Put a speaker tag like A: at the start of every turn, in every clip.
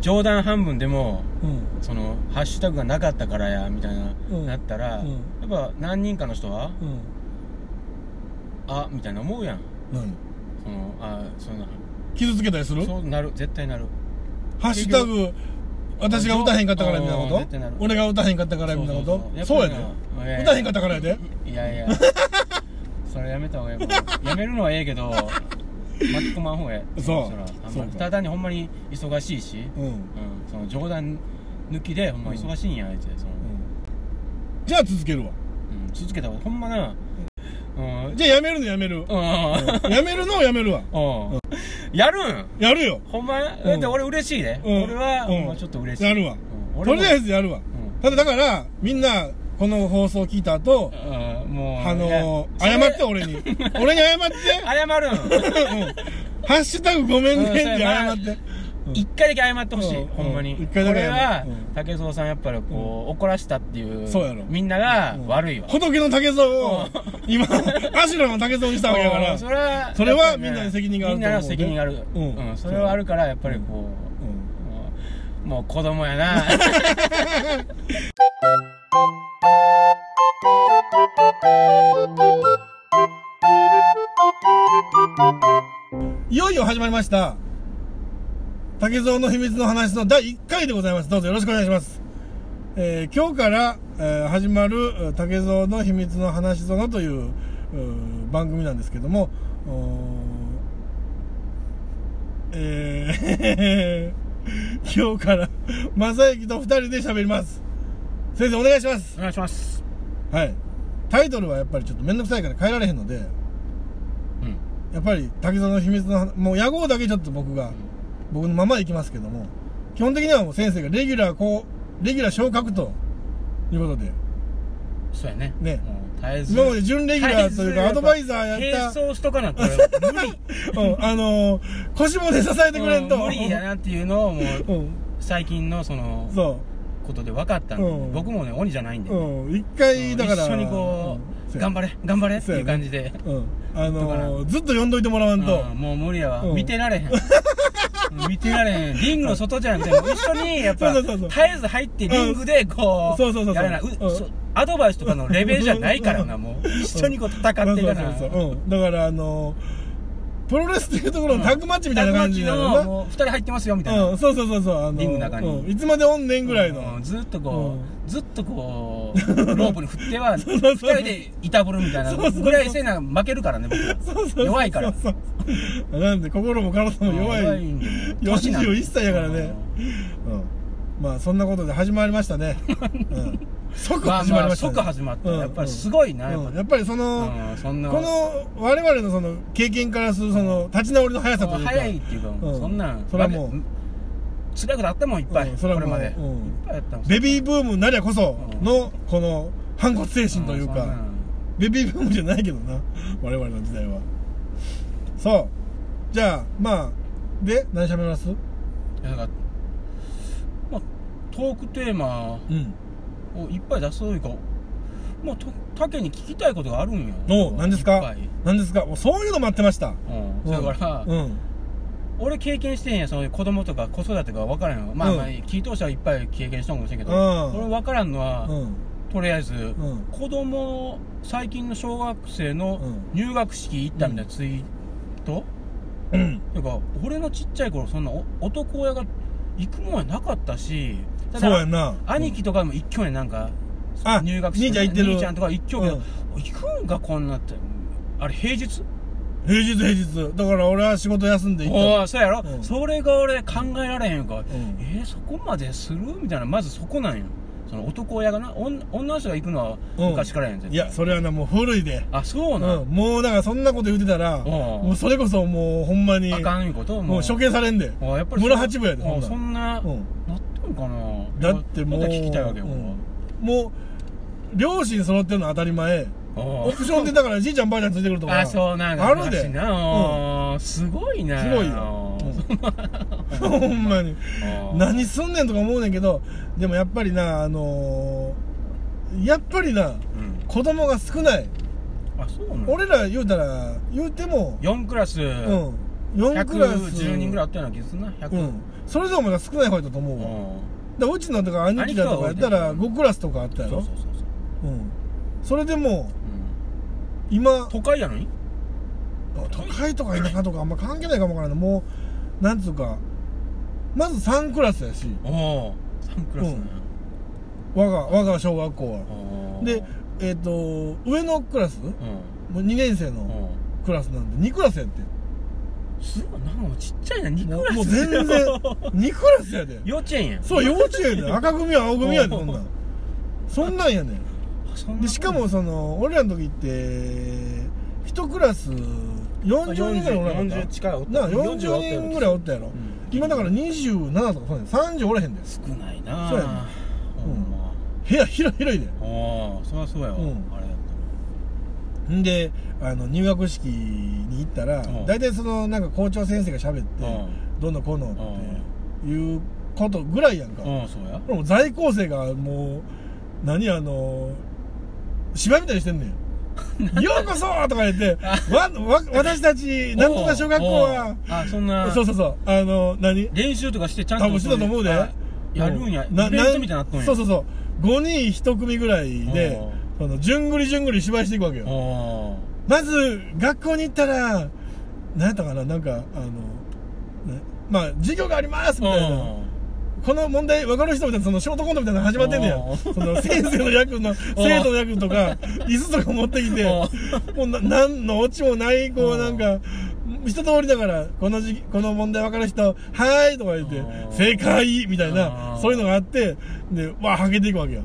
A: 冗談半分でも
B: うん
A: そのハッシュタグがなかったからやみたいな、
B: うん
A: なったら、
B: うん
A: やっぱ何人かの人は
B: うん
A: あみたいな思うやん
B: 何
A: そのあそんな
B: 傷つけたりする
A: そうなる絶対なる
B: ハッシュタグ私が歌へんかったからみたいな
A: うん
B: こ
A: 絶対なる
B: と俺が歌へんかったからみたいなこ
A: そ
B: と
A: う
B: そう
A: そうそう
B: やで
A: ぱりない
B: 歌へんかったからやで
A: いいやいやそれやめた方がええわ やめるのはええけど巻き込まん方がええ
B: そう
A: らあん
B: そ
A: ま
B: うか
A: ただ単にほんまに忙しいし、うん
B: うん、
A: その冗談抜きでほんま忙しいんやあいつその、
B: じゃあ続けるわ
A: うん続けた方がほんまなうん、うん
B: じゃあやめるのやめるやめるのをやめるわ
A: うんやるん
B: やるよ
A: ほんまや、
B: ん
A: だって俺嬉しいね、
B: うん
A: 俺は、
B: うん
A: ほんまちょっと嬉しい
B: やるわ
A: うん俺
B: と
A: も
B: りあえずやるわただだからみんなこの放送聞いた後
A: うん、うんもう
B: あのー、
A: いや
B: 謝って俺に俺に謝 って
A: 謝るん
B: うんハッシュタグごめんねっ
A: うん
B: て
A: それ
B: 謝ってうん
A: 一回だけ謝ってほしい、
B: うん
A: ほんまに、
B: うん一
A: こ
B: 回だけ
A: れ
B: 謝る
A: は
B: うん
A: 武蔵さんやっぱりこう、怒らしたっていう
B: そうやろ
A: みんなが悪いわ、
B: 仏の竹蔵を今アシュラの竹蔵にしたわけやか
A: う
B: ら
A: んそれは
B: それは
A: やっぱり
B: みんなに責任がある
A: み
B: と
A: んな
B: 思う
A: の責任がある、う
B: うんん
A: それはあるからやっぱりこ
B: う
A: う、
B: ん
A: もうもう子供やな
B: いよいよ始まりました。竹蔵の秘密の話の第1回でございます。どうぞよろしくお願いします。えー今日から、えー始まるえー竹蔵の秘密の話そのといううー番組なんですけども、おーえー 今日から正行と2人で喋ります。先生お願いします。
A: お願いします
B: はい。タイトルはやっぱりちょっとめんどくさいから変えられへんので、
A: うん
B: やっぱり滝沢の秘密の話もう屋号だけちょっと僕が、僕のまま行きますけども基本的にはもう先生がレギュラーこうレギュラー昇格ということで
A: そうやね
B: ね
A: もう絶えず
B: 今まで準レギュラーというかアドバイザーや
A: 並
B: った、
A: 走しとかなこれ は無理
B: うん、あのー、腰もで支えてくれんと、
A: うん無理やなっていうのをもう
B: うん
A: 最近のその
B: そ
A: ことで分かったんで、
B: うん
A: 僕もね鬼じゃないんで、
B: う、うん、一
A: う
B: 回
A: ん
B: だから、
A: 一緒にこう、頑
B: 張
A: 張れ頑張れって
B: そう
A: い
B: や
A: う
B: ね
A: 感じで、
B: うんあ
A: どうか
B: のー、ずっと呼んどいてもらわんと、
A: うんもう無理やわ、
B: うん
A: 見てられへんうん見てられへんリングの外じゃんでも一緒にやっぱ
B: そうそうそう
A: 絶えず入ってリングでこう
B: そうそうそうそう
A: やらなう
B: うん
A: そアドバイスとかのレベルじゃないからなもう一緒にこう戦っていかな
B: そうそうそうそう、うん、だからあのー、プロレスっていうところのタッグマッチみたいな感じな
A: の
B: のな、
A: もう二人入ってますよみたいな、
B: うん、そうそうそうそう、あの
A: リングの中に
B: うんいつまでおんねんぐらいの、
A: うんずっとこう、ずっとこうロープに振っては
B: う そう
A: 二人でいたぶるみたいな
B: そうそうそう
A: ぐらいせな負けるからね僕ら
B: そうそうそう
A: 弱いから
B: そうそうなんで心も体も弱い、
A: んで年なんで
B: 41歳やからね、うん、まあそんなことで始まりましたね、うん、即
A: まあ
B: 始まり
A: ま
B: ま
A: あ
B: した、ね
A: 即始まった、
B: うん
A: やっぱりすごいな、
B: うん
A: やっ
B: やっぱりその、
A: ぱ、うん、そんな
B: この我々のその経験からするその立ち直りの速さというか
A: 早いっていうか、
B: うん
A: そんなん
B: それはも
A: ま
B: う
A: あ辛いことあったもんいっぱい、
B: うん
A: そ
B: それ
A: れ
B: はも
A: ま
B: う
A: で、
B: うん
A: いっぱいあったもん
B: ベビーブームなりゃこそ
A: うん
B: のこの反骨精神というか、
A: んそんなん
B: ベビーブームじゃないけどな我々の時代はそうじゃあまあで何喋ります
A: いやだからまあトークテーマ
B: うん
A: をいっぱい出すというかもうと他県に聞きたいことがあるんよ
B: お何ですか
A: いっぱい
B: 何ですかもうそういうの待ってました
A: うん、だから、
B: うん
A: 俺経験してんやそういう子供とか子育てが分からんのまあ
B: うん
A: まあ聞いとう人はいっぱい経験したんかもしれんけど、
B: うん
A: 俺分からんのは、
B: うん
A: とりあえず、
B: うん
A: 子供最近の小学生の
B: う
A: 入学式行ったみたいなツイート、
B: うん
A: てか俺のちっちゃい頃そんなお男親が行くもんやなかったした
B: そうや
A: だ
B: んな
A: 兄貴とかも一挙やなんか、
B: あ
A: 入学式
B: 兄ちゃん行ってる
A: 兄ちゃんとか一挙やけど、行くんかこんなってあれ平日
B: 平日平日だから俺は仕事休んで行っ
A: おおそうやろ、
B: うん
A: それが俺考えられへんか、
B: たうん
A: えー、そこまでするみたいなまずそこなんよその男親がな女女の人が行くのは
B: うん
A: 昔からやん、絶対
B: いやそれはなもう古いで
A: あそううなん、
B: んもうだからそんなこと言ってたらもうそれこそもうほんまに
A: あかんいうこと
B: もう処刑されんで
A: あやっぱり
B: 村八分やで
A: あそ
B: そ
A: んな、
B: うん
A: なってんかな
B: だってもう
A: また聞きたいわけよ、
B: うんもう両親揃ってるの当たり前
A: お
B: オプションでだからじいちゃんばあちゃんついてくるとか
A: あそうなんか
B: あるで
A: 昔なおーすごいな
B: すごいよ
A: おー
B: うんほんまに
A: おー
B: 何すんねんとか思うねんけどでもやっぱりなあのーやっぱりな
A: うん
B: 子供が少ない
A: あそうなん
B: 俺ら言うたら言うても
A: 4クラス、
B: うん4クラス
A: 110人ぐらいあったような気がするな
B: う
A: 100
B: んそれでもまだ少ない方だと思うわ、だからうちのとか兄貴だとかやったら
A: 兄貴は多いね
B: 5クラスとかあった
A: そう
B: や
A: そ
B: ろ
A: うそうそう、
B: うん、それでもう
A: うん
B: 今
A: 都会やのに
B: 都会とか田舎とかあんま関係ないかもわからないもうなんつうかまず3クラスやし
A: おお3クラスな、
B: 我が我が小学校は
A: おー
B: でえっ、と上のクラスも
A: うん
B: う2年生
A: う
B: の
A: ん
B: クラスなんで2クラスやって
A: すごいなんかちっちゃいな2
B: も
A: ク
B: う
A: ラス
B: もう全然2クラスやで
A: 幼稚園やん
B: そう幼稚 園やで赤組は青組やで
A: おう
B: そんなんそんなんやねん
A: あそんなもん
B: でしかもその俺らの時って一クラス40人ぐらいおらなかっ
A: 40近いおったた
B: なあ
A: 40
B: 40人ぐらいおったやろ、
A: ん
B: 今だから27とかそうね30おらへんだよ
A: 少ないな
B: そうやね
A: ほんま
B: 部屋広い広いで
A: ああそりゃそうやわ、
B: う
A: あ
B: ん
A: れやった
B: んであの入学式に行ったら
A: うん
B: 大体そのなんか校長先生が喋って
A: ら
B: どんどんこうのっていうことぐらいやんか
A: うんうんそうや
B: でも在校生がもう何あの芝居みたいにして んねんようこそとか言ってわわ私たちなんとか小学校
A: お
B: は
A: うおうあそんな
B: そうそうそうあの何
A: 練習とかしてちゃんと
B: 多分してたと思うで
A: あやるんやイ
B: な
A: ベントみたいになっとんや
B: そうそうそう5人1組ぐらいで
A: おう
B: その順繰り順繰り芝居していくわけよ
A: あ
B: まず学校に行ったら何やったかななんかあのねまあ授業がありますみたいな
A: あ
B: この問題分かる人みたいなそのショートコントみたいなの始まってんねや
A: おー
B: その先生の役の生徒の役とか椅子とか持ってきて
A: お
B: もうな何のオチもないこ
A: お
B: う
A: ー
B: なんか一通りだからこのじこの問題分かる人「はーい」とか言
A: お
B: っ
A: ー
B: て「正解」みたいな
A: おー
B: そういうのがあってでわーはけていくわけよ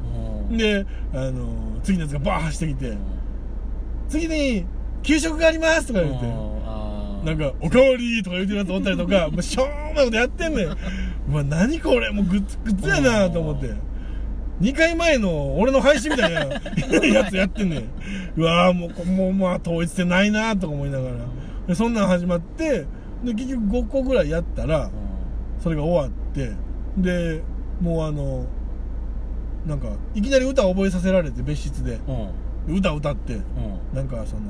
A: うん
B: であのー次のやつがバーッ走ってきて次に「給食があります」とか言って
A: あー
B: なんか、おかわりとか言うてるやつおったりとか、もうしょうもないことやってんねん。うわ、何これもうグッズ、グッズやなと思って
A: う。
B: 2回前の俺の配信みたいなやつやってんねん。うわーもうこ、もう、まあ、統一性ないなとか思いながら。で、そんなん始まって、で、結局5個ぐらいやったら
A: う、ん
B: それが終わって、で、もうあの、なんか、いきなり歌を覚えさせられて、別室で。
A: うん
B: で歌歌って、
A: うん
B: なんか、その、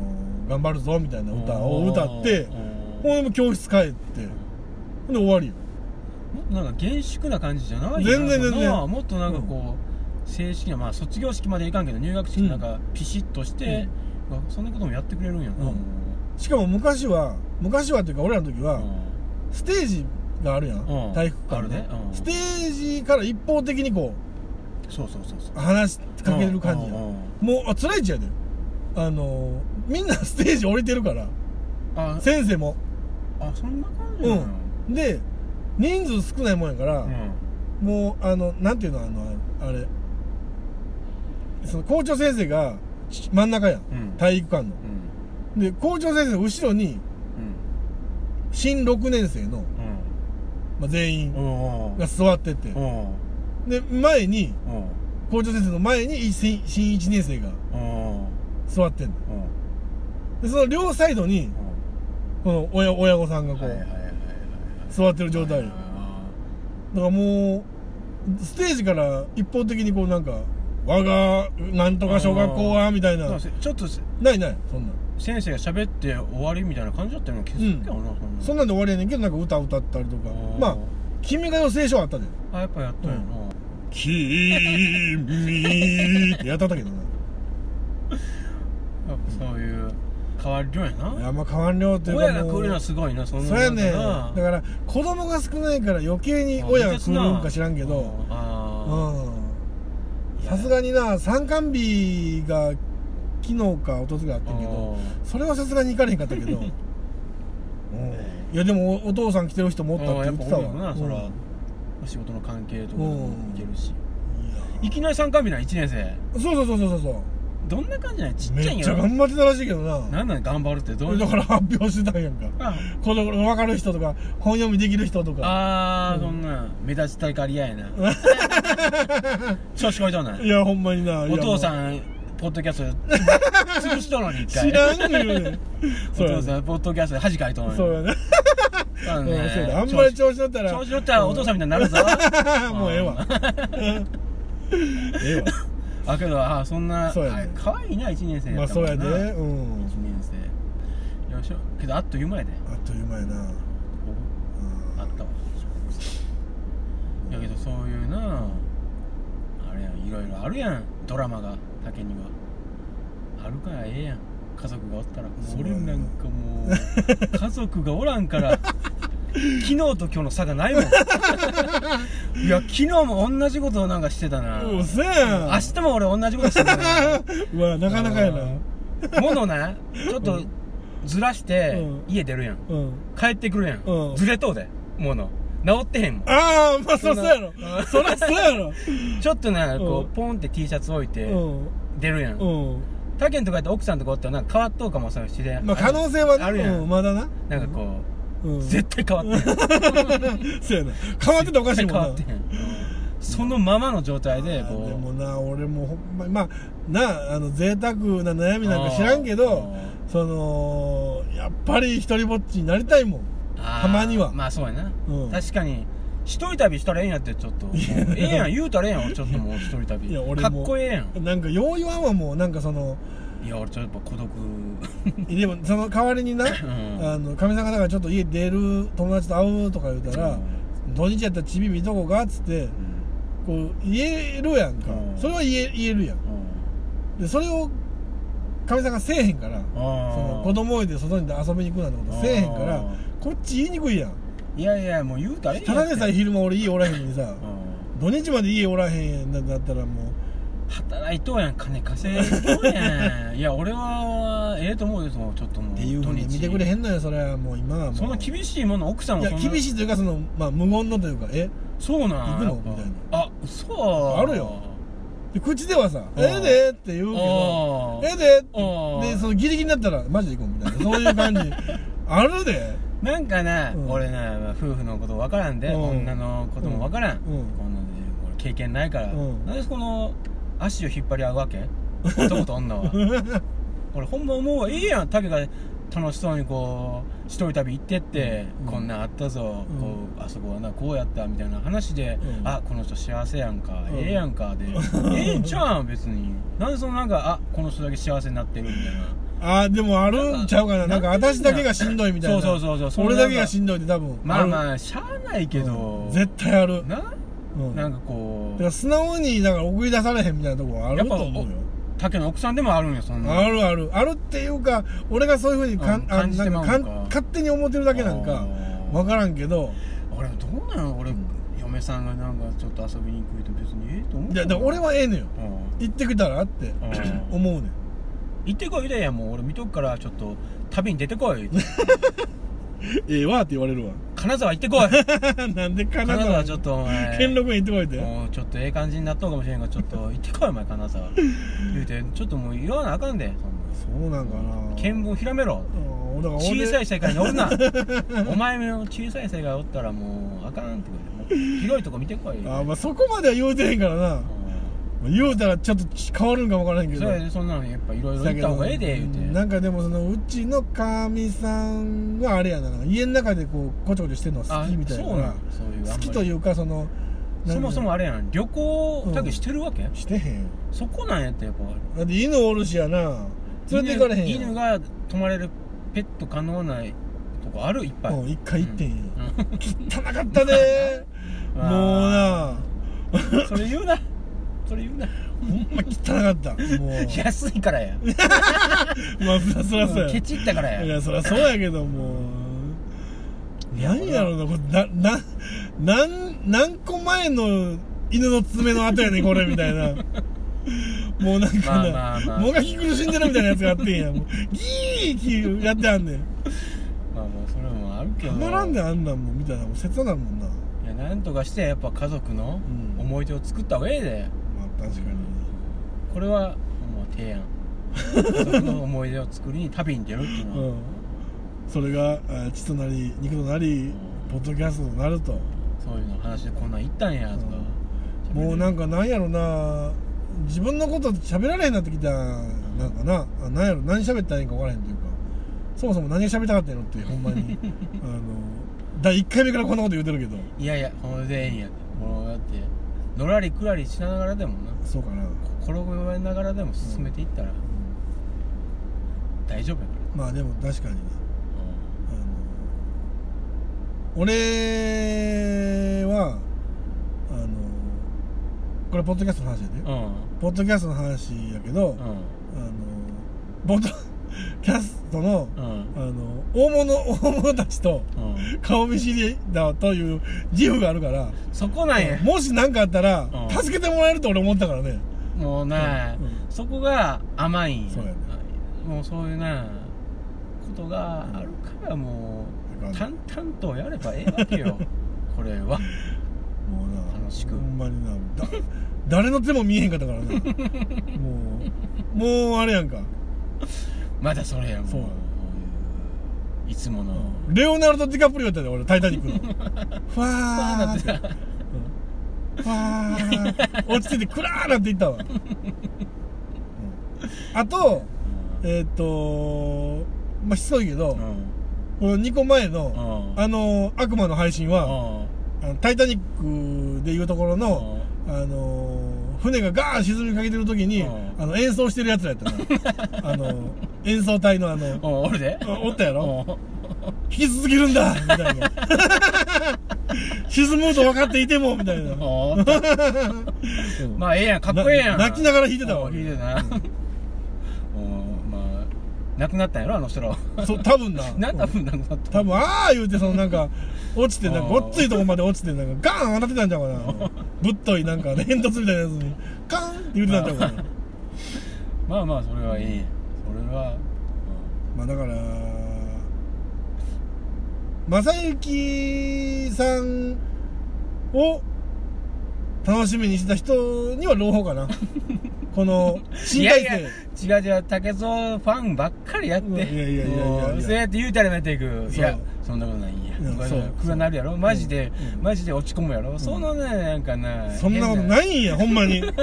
B: 頑張るぞみたいな歌を歌って、
A: うん
B: ほんでもう教室帰って、ほんで終わりよ。
A: もっとなんか厳粛な感じじゃない
B: 全然
A: なんか
B: 全然
A: なあもっとなんかこう、正式なまあ卒業式までいかんけど入学式なんかピシッとして、まあそんなこともやってくれるんやな、
B: うんしかも昔は、昔はっていうか俺らの時は、ステージがあるやん。
A: うん
B: 体育館の
A: あるねうん
B: ステージから一方的にこ
A: そうそうそうそう
B: う、話しかける感じ
A: う
B: や。
A: んうんうん
B: もう、あ、辛いっちゃうで。あのー、みんなステージ降りてるから、
A: あ
B: 先生も。
A: あそんな感じ
B: う。
A: なん
B: で、人数少ないもんやから、
A: や
B: もう、あの、なんていうの、あの、あれ、その校長先生がち真ん中やん。
A: うんうん
B: 体育館の。
A: うん
B: で、校長先生の後ろに、新6年生の、まあ、全員
A: うんうんうん
B: が座ってて、
A: うん
B: で前に
A: うん
B: 校長先生の前に一新新1年生が
A: うん
B: 座ってんの
A: うん
B: でその両サイドにこの親親御さんがこ、
A: はいうはいはいはい
B: 座ってる状態よだか
A: あ
B: らもうステージから一方的にこうなんか「我がなんとか小学校は」みたい
A: ー
B: な
A: なんかせちょっとせ
B: ないないそんなん
A: 先生が喋って終わりみたいな感じだったような気がするけどな、んな
B: そんなんで終わりやねんけどなんか歌歌ったりとか
A: うん
B: まあ「君が代」聖書あったで
A: あやっぱやったんやな、
B: 「君」 ってやったったけどな
A: やっぱそういう変わりようや
B: いや
A: な
B: あんま変わん量というか
A: 親が
B: もう
A: 来るのはすごいなそんな
B: そうやね
A: な
B: だから子供が少ないから余計に親が来るんか知らんけどう
A: あ
B: ん
A: いや
B: さすがにな参観日が昨日か一昨日があっ
A: あ
B: たんけど
A: あ
B: それはさすがに行かれへんかったけ どうんいやでもおお父さん来てる人もおったって
A: や
B: 言
A: っ
B: っ
A: ぱ
B: て
A: 多い
B: たわ
A: よな、そら
B: うん
A: お仕事の関係とかでもいけるし、
B: い
A: いきなり参加日な1年生
B: やそうそうそうそうそうそ
A: どんな感じなんやち
B: う
A: っちゃいん
B: めっ
A: や
B: ちゃ
A: ろ
B: 頑張ってたらしいけどな
A: なんなん頑張るってどういう
B: だから発表してたんやんか
A: あ
B: 子供分かる人とか本読みできる人とか
A: あー、
B: うん
A: そんなん目立ちたいかりややな調子こいとんないい
B: やほんまにないや
A: お父
B: も
A: さんポッドキャスト潰しとるのに
B: う
A: 一回
B: 知らんよね
A: お
B: そうや
A: 父
B: ね
A: さんポッドキャストで恥かいとんのに
B: そうやね
A: そう
B: うん
A: ね
B: そうだあんまり調子乗ったら
A: 調子乗ったらお父さんみたいになるぞ
B: もうえ えわええわ
A: あけどあそんな
B: そうやね
A: あかわいいな1年生
B: ま
A: や
B: あ
A: った
B: そう
A: もん
B: や
A: な
B: でう
A: 1
B: ん
A: 年生よいしょけどあっという間やで
B: あっという間やな
A: そういうなあれやいろいろあるやんドラマが竹にはあるからええやん家族がおったら
B: そう
A: 俺
B: やな
A: なんかもう家族がおらん から昨日と今日の差がないもんいや昨日も同じことをなんかしてたな
B: う
A: 明
B: っせえやん
A: 日も俺同じことしてたな
B: うわなかなかやな
A: 物なちょっとずらして
B: うん
A: 家出るやん
B: うん
A: 帰ってくるやん、
B: うん
A: ずれとうで物治ってへんもん
B: ああまあそりゃそうやろ
A: うん
B: そりゃそうやろ
A: ちょっとな、こ
B: うん
A: う、ポンって T シャツ置いて
B: う、ん
A: 出るやん。
B: うん
A: 他県とかやって奥さんとかおったら、なんか変わっとうかもしれんしで。
B: まあ可能性は
A: あるや
B: うん
A: ん。
B: まだな
A: なんかこ
B: うん
A: う、絶対変わってへん。
B: そうやな変わってたらおかし
A: 絶対
B: いもん
A: 変
B: な
A: わってへん。うんそのままの状態で、
B: あーで
A: こ
B: も
A: う。
B: な俺もほんまにまあなあの贅沢な悩みなんか知らんけどそのやっぱり一人ぼっちになりたいもん
A: あー、
B: たまには
A: まあそうやな
B: うん。
A: 確かに、一人旅したらええんやって、ちょっと。もうええやん、言うたらええやん、俺ちょっともう一人旅。
B: いや俺
A: か
B: も
A: っこええやん。
B: なんかよう言わんわもうなんか その
A: いや、俺ちょっとやっぱ孤独。
B: でもその代わりにな
A: うん
B: あのかみさんがだからちょっと家出る友達と会うとか言うたら、土日やったらチビ見とこうかっつって
A: うん
B: こう言えるやんか、
A: うん
B: それは言え言えるやん
A: うん
B: でそれをかみさんがせえへんから
A: あ
B: そ
A: ー
B: の子供いで外に出て遊びに行くなんてことせえへんから
A: あー
B: こっち言いにくいやん
A: いやいや、もう言うたらええや
B: た
A: んっ
B: だ
A: て。
B: でさえ昼間俺家おらへんのにさ
A: うん
B: 土日まで家おらへんなんてなったらも
A: 働いとうやん金稼いとうやん いや俺はええと思うよそのちょっとも
B: う
A: う
B: っていうふうに
A: 土日
B: 見てくれへんのよそれはもう今はもう
A: そんな
B: し
A: 厳しいもの奥さん
B: い
A: は
B: や
A: そんな
B: 厳
A: い
B: しいというかそのまあ無言のというかえ
A: そうなん
B: 行く
A: や
B: の
A: っぱ
B: みたいな
A: あそう
B: あるよで口ではさ「
A: うん
B: ええで」って言うけど
A: あ
B: 「
A: あ
B: ええで」って
A: うん
B: でそのギリギリになったらマジで行こうみたいなそうい う感じあるで
A: なんかな、
B: うん
A: 俺な、まあ夫婦のこと分からんで、
B: うん
A: 女のことも分からん、
B: うん
A: こんなで俺経験ないから、
B: うん
A: なんでこの足を引っ張り合うわけ男と女 は俺ほんま思うわいいやんタケが楽しそうにこう一人旅行ってって、
B: うん
A: こんなんあったぞ、
B: うん
A: こうあそこはなこうやったみたいな話で、
B: うん
A: あこの人幸せやんか、
B: うん
A: ええやん かでええんちゃうん別になんでそのなんかあこの人だけ幸せになってるみたいな
B: あーでもあるんちゃうかななんか
A: なんか
B: 私だけがしんどいみたいな
A: そうそうそうそう
B: 俺だけがしんどいって多分
A: まあ
B: ある
A: まあしゃあないけど、
B: うん絶対ある
A: な
B: うん
A: な
B: だ
A: んかこ
B: か
A: う
B: ら素直にだから送り出されへんみたいなとこはあると思うよ
A: 竹の奥さんでもあるんよそんな
B: あるあるあるっていうか俺がそういうふうにかん
A: うん
B: あ
A: 感じてまうん
B: な
A: か
B: んかかん勝手に思ってるだけなんか
A: あー
B: 分からんけど
A: 俺どうなの俺、嫁さんがなんかちょっと遊びに行くと別にええと思う
B: い
A: い
B: やだから俺はええのよ
A: うん
B: 行ってきたらって
A: うん
B: 思うねん
A: 行ってこいでやもう俺見とくからちょっと旅に出てこ い
B: ええわって言われるわ
A: 金沢行ってこい
B: なんで金
A: 金
B: 沢
A: 沢ちょっとお前
B: 兼六園行ってこいって
A: もうちょっとええ感じになっとうかもしれんからちょっと行ってこいお前金沢言うてちょっともう言わなあかんで
B: そうなんかな
A: 見聞ひらめろ
B: うんだから俺
A: 小さい世界におるなお前の小さい世界おったらもうあかんってことでもう広いとこ見てこい
B: あーまあそこまでは言うてへんからな、まあ言うたらちょっと変わるんかもわからへん
A: う
B: け
A: ん
B: ど
A: それでそんなのやっぱいろいろ行った方がええで言うて
B: うんなんかでもそのうちのかみさんがあれやななんか家の中でこうこちょこちょしてるのは好きみたいな
A: あそうなんそういうあんまり
B: 好きというかそのなん
A: そ
B: か
A: もそもあれやん旅行だけしてるわけ、
B: してへんよ
A: そこなんやってやっぱ
B: だって犬おるしやな連れて行かれへんやん
A: 犬犬が泊まれるペット可能なとこあるいっぱい、
B: うん一回行ってんよ、
A: うん
B: 汚かっ たで もうな
A: それ言うなそれ言うな
B: ほんま汚かったもう
A: 安いからや
B: まあそらそらそうや
A: ケチったから
B: い
A: や
B: やそりゃそうやけども
A: いや
B: 何やろうなこれなななん何個前の犬の爪の後やねんこれみたいなもうなんか
A: ま
B: な、
A: あまあまあ
B: もがき苦しんでるみたいなやつがあってんやもうギーギーやってあんねん
A: まあまあそれもあるけ
B: た
A: ど
B: まらんねんあんなんもんみたいなもう切なるもんない
A: やなんとかしてやっぱ家族の
B: うん
A: 思い出を作った方がええで、
B: まあ確かに
A: これはもう 提案家族の思い出を作りに旅に出るっていうの
B: う
A: は、
B: んそれがあ血となり肉となりポッドキャストとなると
A: そういうの話でこんなん行ったんやとか、
B: もうなんかなんやろな自分のこと喋られへんなってきたなんかなあなんやろ何喋ったらいいんか分からへんというかそもそも何が喋りたかったんやろってほんま にあの第1回目からこんなこと言うてるけど
A: いやいやこれでええんやってもうだってのらりくらりしながらでもな
B: そうかな
A: 転がりながらでも進めていったら大丈夫やか
B: まあでも確かにね
A: ら、
B: あの俺はあのこれポッドキャストの話やで、
A: うん
B: ポッドキャストの話やけど、
A: うん
B: あのポッドキャストの、
A: うん
B: あの大物大物たちと
A: うん
B: 顔見知りだという自負があるから、
A: そこなんや
B: もし何かあったら、
A: うん
B: 助けてもらえると俺思ったからね
A: もうな
B: うんうん
A: そこが甘いんや
B: そうやね
A: もうそういうなことがあるからも
B: あ
A: う
B: かん
A: 淡々とやればええわけよこれは
B: もうな
A: 楽しく
B: ほんまになだ誰の手も見えへんかったからな もうもうあれやんか
A: まだそれやもん
B: そうやね
A: いつもの
B: レオナルド・ディカプリオやったで俺「タイタニック」 のふわーって
A: そうなってた
B: うんふわー落ちててクラーなって いったわ、うんあとえーっ、とまあしつこいけど、
A: うん
B: この2個前
A: う
B: の、
A: ん
B: あの悪魔の配信は、
A: う
B: あのタイタニックでいうところの、
A: ん
B: あのー船がガーン沈みかけてる時に、
A: うん
B: あの演奏してるやつらやっ たなあの演奏隊のあの
A: お俺で
B: おおったやろ
A: お
B: 引き続けるんだみたいな 沈むと分かっていてもみたいな、
A: おおった
B: うん
A: まあええやんかっこええやん
B: な泣きながら弾いてたわ
A: お弾いてたなおまあ亡くなったんやろあの人らは
B: そう多分な
A: なん
B: う
A: だ
B: ん
A: 分なくなった
B: 多分ああ言うてそのなんか落ちてなんか
A: あー
B: ごっついとこまで落ちてなんかガーン当たってたんちゃうかなあ のぶっといなんか煙突みたいなやつにガーンって言うてたんちゃうかな
A: まあまあそれはいいそれは
B: まあだから正幸さんを楽しみにした人には朗報 かなこの新体制
A: いやいや違う違う竹蔵ファンばっかりやって
B: うんいやいやいやいや
A: もうそうやって言うたらなっていく
B: そう
A: いやそんなことないんや
B: いや
A: これ
B: そう
A: 暗なるやろマジで
B: うん
A: マジで落ち込むやろそのねなんかな
B: そんなこと
A: い
B: ないんやほんまに ほん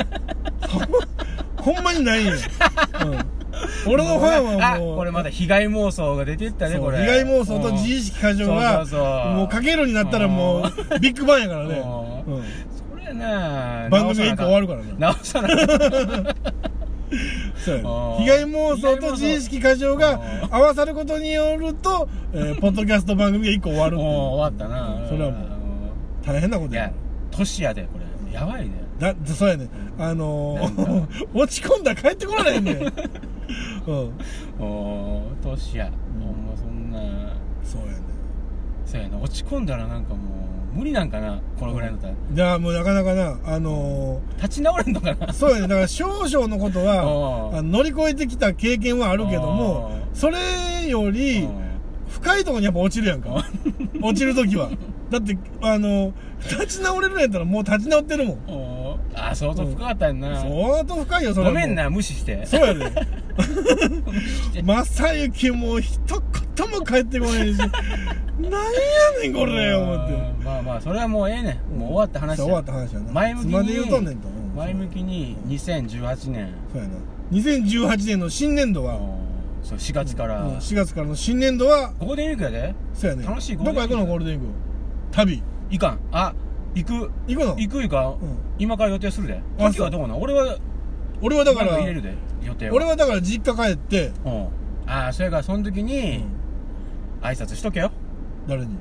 B: ほんまにないんや、うん、俺のファンは
A: あ
B: もう
A: これまだ被害妄想が出てったね
B: そう
A: これ
B: 被害妄想と自意識過剰が
A: そうそうそう
B: もうかけるになったらもうビッグバンやからね、
A: う
B: うん
A: それな
B: 番組が一個終わるからね
A: なおさなあかん
B: そうやね
A: あー
B: 被害妄想と自意識過剰が
A: あ
B: 合わさることによると、え ーポッドキャスト番組が1個終わるっていう
A: もう終わったな
B: それはもう大変なこと
A: い
B: や
A: や年やでこれやばいね
B: だそうやねあの
A: なん
B: ー、 落ち込んだら帰ってこられへ んねんうん
A: おー年やほんまそんな
B: そうやね
A: そうやな落ち込んだらなんかもう無理なんかなこのぐらいのた
B: じゃあもうなかなかなあの
A: 立ち直れんのかな
B: ー、そうやねだから少々のこ と
A: あー
B: はあの乗り越えてきた経験はあるけども
A: あー
B: それよ
A: う
B: り
A: ん
B: 深いところにやっぱ落ちるやん か落ちるときはだってあのー、立ち直れるんやったらもう立ち直ってるもん
A: おーあー相当深かったんやな
B: 相当深いよそ
A: ご
B: れはもう
A: めんな無視して
B: そう やで正幸も一言も帰ってこないしなんやねんこれ
A: あ
B: 思っ
A: ー
B: て
A: まあまあそれはもうええねんもう終わった話
B: そ
A: や
B: う終わった話やな
A: 前向きに
B: つまで言うとんねんとうん
A: 前向きに2018年
B: そうやな2018年の新年度
A: あ
B: は、
A: のそう4月から、
B: うん4月からの新年度は
A: ここで言うかで
B: そうやね
A: 楽しいゴー
B: ど
A: ル
B: こ
A: デンウィー
B: 行
A: ク
B: くのゴールデンウィーク旅
A: いかんあ行く
B: 行くの
A: 行く行かん、
B: うん
A: 今から予定するで
B: あ
A: 時はどうなん俺は
B: 俺はだか
A: なん
B: ら
A: 入れるで予定は
B: 俺はだから実家帰って、
A: うんああそれからその時に挨拶しとけよ
B: 誰に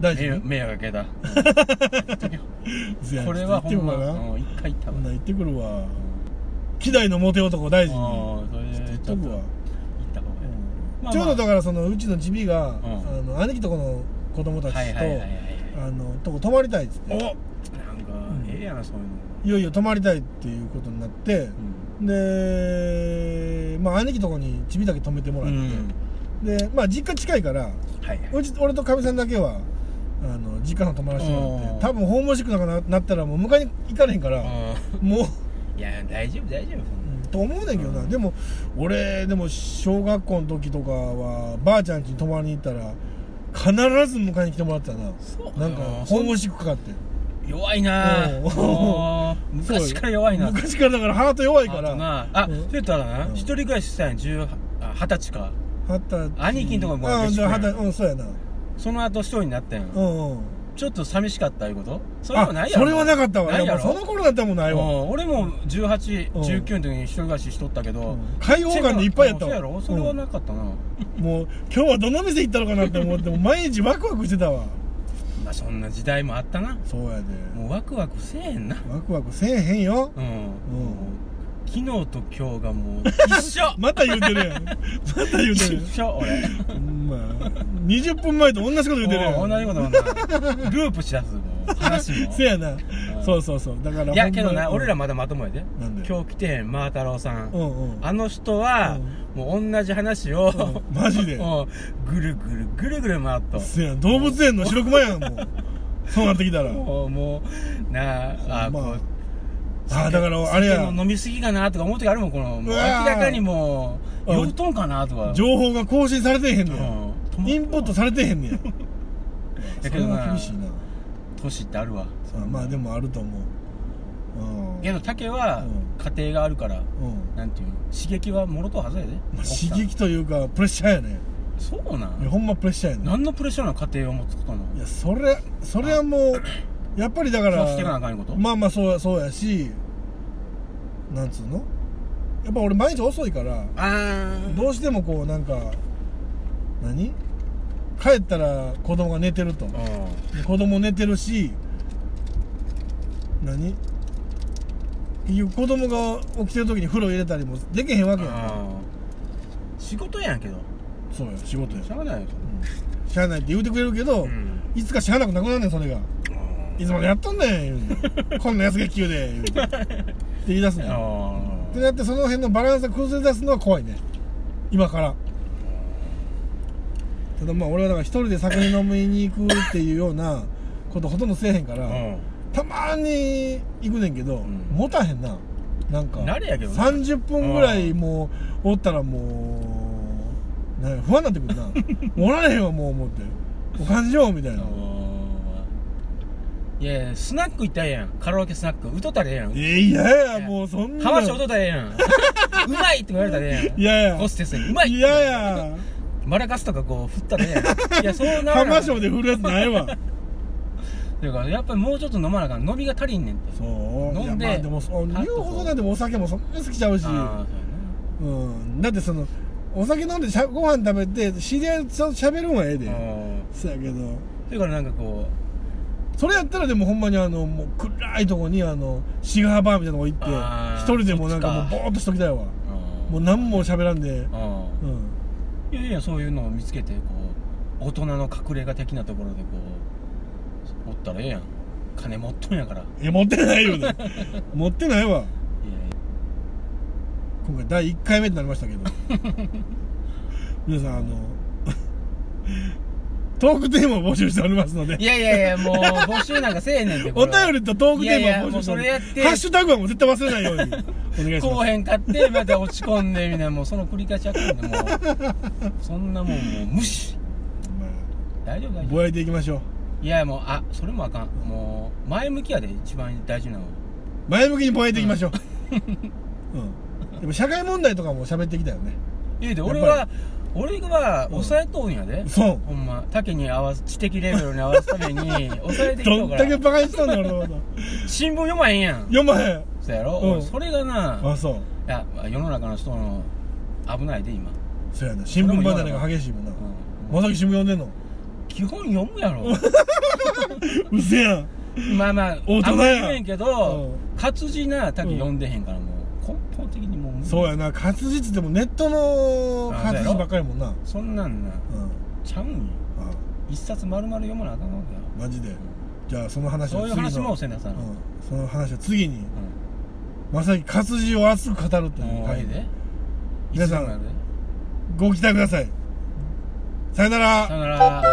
B: 大
A: 迷
B: 臣
A: 惑迷惑か けたしとけよ
B: せや
A: これは
B: 行っ
A: ほ
B: て
A: ん
B: くる
A: ま
B: わな
A: うん一回行った
B: ほ
A: わ
B: んなら行ってくるわ希代のモテ男大臣に
A: う
B: 行
A: んそれで
B: っ
A: ちょ
B: と
A: っと
B: くわ
A: 行った方がいいまあまあ
B: ちょうどだからそのうちのちび
A: ん
B: が、あの兄貴とこの子供たちと、
A: はいはいはいはい
B: あのとこ泊まりたいっつって
A: おなんかええやなそういうの
B: いよいよ泊まりたいっていうことになって、でまあ兄貴とこにちびだけ泊めても
A: う
B: らって、
A: ん
B: でまあ実家近いから
A: はいう
B: ち俺とかみさんだけはあの実家の泊まらせてもらっ
A: うん
B: て多分訪問しくなんかななったらもう迎えに行かれへんから、
A: はい
B: もう
A: うんいや大丈夫大丈夫そんな
B: と思うねんけどな、でも俺でも小学校の時とかはばあちゃん家に泊まりに行ったら必ず迎えに来てもらってたな
A: そう
B: なんか
A: うん
B: ホームシックかかって
A: 弱いな
B: うん
A: もう
B: そうよ
A: 昔から弱いな
B: 昔からだからハート弱いか
A: あと
B: ら
A: なあ
B: う
A: そ
B: ん
A: うやったらな
B: うん
A: 一人暮らししたんや18あ二十歳か
B: ハタ
A: 兄貴んとこも
B: ああ
A: 私
B: じゃあハタ
A: う
B: うんそうやな
A: その後一人になったんや
B: うんうん
A: ちょっと寂しかったいうことそれはな
B: あ
A: いや
B: そ
A: ろ
B: れはなかったわ
A: ない
B: や
A: や
B: っぱ
A: ろ
B: その頃だったらもうないわ
A: うん俺も1819
B: うん
A: の時に一人暮らししとったけど
B: うん開放感でいっぱいやっ
A: そ
B: た
A: うや
B: わ
A: ろそれは
B: うん
A: なかったな
B: もう今日はどの店行ったのかなって思ってもう毎日ワクワクしてたわ
A: まあそんな時代もあったな
B: そうやで
A: もうワクワクせえへんな
B: ワクワクせえへんよ
A: うん、
B: ん
A: 昨日と今日がもう一緒
B: また言うてるやんまた 言うてる
A: 一緒俺
B: やんほんまあ20分前と同じこと言うてるや
A: も
B: ん
A: う同じこともなループしだすもう話も
B: せやなそうそうそうだから
A: いやけどな
B: ほんま
A: 俺らまだまともやで
B: なんで
A: 今日来てへん真太郎さん、
B: うんうん
A: あの人は、もう同じ話を、
B: うんマジで
A: もうぐるぐるぐるぐる回っと
B: せや動物園の白熊やんもうそうなってきたら
A: もうもうなああ
B: ほんま
A: こう
B: あだからあれ
A: 酒
B: や
A: の飲みすぎかなとか思う時あるもんこのもう
B: う
A: 明
B: わー
A: らかにもう
B: うん
A: 酔うとんかなとか
B: 情報が更新されてへんの
A: う
B: や
A: ん
B: インプットされてへんねや
A: やけどな
B: それは厳しいな
A: 年ってあるわ
B: さあまあでもあると思ううん
A: けど竹は家庭があるから、
B: うん
A: なんていうの刺激はもろとはずやで、
B: まあ
A: 奥さん
B: 刺激というかプレッシャーやね
A: そうない
B: や
A: ん
B: ほんまプレッシャーやね
A: 何のプレッシャーなの家庭を持つことなの
B: いやそれそれはもうやっぱりだか
A: そうしていかなあ
B: ら
A: かんこと、
B: まあまあそうやそうやしなんつうのやっぱ俺毎日遅いから
A: あー
B: どうしてもこうなんか何帰ったら子供が寝てると
A: う
B: 子供寝てるし何結局子供が起きてる時に風呂入れたりもできへんわけ
A: ん
B: やんか
A: あー仕事やんけど
B: そうや仕事や
A: しゃあないよ
B: うんしゃあないって言うてくれるけど、
A: うん
B: いつかしゃあなくなくなんねんそれがいつまでやっとんねん言 うてこんな安月給で言うてって言い出すね
A: あ
B: ん
A: ー
B: でだってその辺のバランスが崩れ出すのは怖いね今からただまあ俺はだから一人で酒飲みに行くっていうようなことほとんどせえへんから、
A: う
B: たまに行くねんけど、
A: ん
B: 持たへんななんか
A: 慣れやけどな
B: 30分ぐらいもうおったらもうなんや不安になってくるな もうおられへんわもう思ってお感じようみたい
A: ん
B: な
A: あーいやいやスナック行ったらええやんカラオケスナック歌ったらええやん
B: えいやいやもうそんな
A: ハマシ歌ったらええやん うまいって言われたらええやん
B: いやいや
A: ホステスにうまいって
B: い
A: 言わ
B: や
A: れ
B: い
A: たらええ
B: や
A: んマラカスとかこう振ったらえ えやんいやそうならな
B: 浜
A: い
B: 省で振るやつないわ
A: ていうかやっぱりもうちょっと飲まなあかん飲みが足りんねんって
B: そう
A: 飲んで
B: いやまあでもそう
A: パッ
B: 言う
A: とこう
B: ほどなんでもお酒もそんな好きちゃうし
A: ああそうや
B: うんだってそのお酒飲んでしゃご飯食べて知り合いとしゃべるんはええで
A: なうん
B: そやけど
A: それからなんかこ
B: それやったらでもほんまにあのもう暗いとこにあのシガーバーみたいなとこ行って
A: あー
B: 一人でもうなんかも
A: そっ
B: う
A: ちか
B: ボーっとしときたいわ
A: う
B: もう
A: う
B: 何も喋らんで
A: あ
B: う
A: あ
B: ん
A: いやいやそういうのを見つけてこう大人の隠れ家的なところでこうおったらええやん金持っとんやからい
B: え持ってない よね持ってないわ
A: やいや
B: 今回第1回目になりましたけど皆さんあのトークテーマを募集しておりますので
A: いやいやいや、もう募集なんかせえへんねんて。
B: お便
A: り
B: りとトークテーマを募集してお
A: い
B: り
A: やいやもうそれや
B: ま
A: っ
B: す
A: て
B: ハッシュタグはもう絶対忘れないよ うにお願いし
A: こ
B: ま
A: う
B: す
A: へんかって、また落ち込んで、みんな、もうその繰り返しやってんで、もう。そんなもん、もう無視。
B: ま
A: 大丈夫、
B: あ
A: 大丈
B: ぼやいていきましょう
A: 夫。いや、もう、あ、それもあかん。もう、前向きやで、一番大事なの。
B: 前向きにぼやいていきましょう、うん、でも社会問題とかも喋ってきたよね
A: いやで、
B: っぱり
A: 俺は、俺は抑えとんやで。
B: そう
A: ほんま、竹に合わす、知的レベルに合わすために、抑えてき
B: ど
A: と
B: ん
A: うか
B: だけ
A: ら。
B: バカにしたんだよ俺のこと
A: 新聞読まへんやん。
B: 読まへん
A: そうやろ、
B: うん
A: 俺それがな、
B: あそう
A: いや、世の中の人の、危ないで、今。
B: そうやな新聞離れが激しいもんな
A: うん
B: まさき新聞読んでんの
A: 基本読むやろ。
B: うせやん
A: まあまあ
B: 大人や
A: あんまり言えんけど、
B: うん
A: 活字な多分読んでへんからもう根本的にもう無理
B: そうやな活字っつってもネットの
A: あそう
B: 活
A: やろ
B: 字ばっかりもんな
A: そんなんな
B: うん
A: ちゃうんよ
B: あ
A: 一冊丸々読まなあかんわけや
B: マジでじゃあその話を
A: そういう話
B: 次の
A: もせなさ
B: う
A: な、うん
B: んその話を次
A: う
B: にまさき活字を熱く語ると
A: ん、
B: いう
A: もうええ
B: 回
A: で
B: 皆さん
A: いつでもやで
B: ご期待くださいさよなら
A: さよなら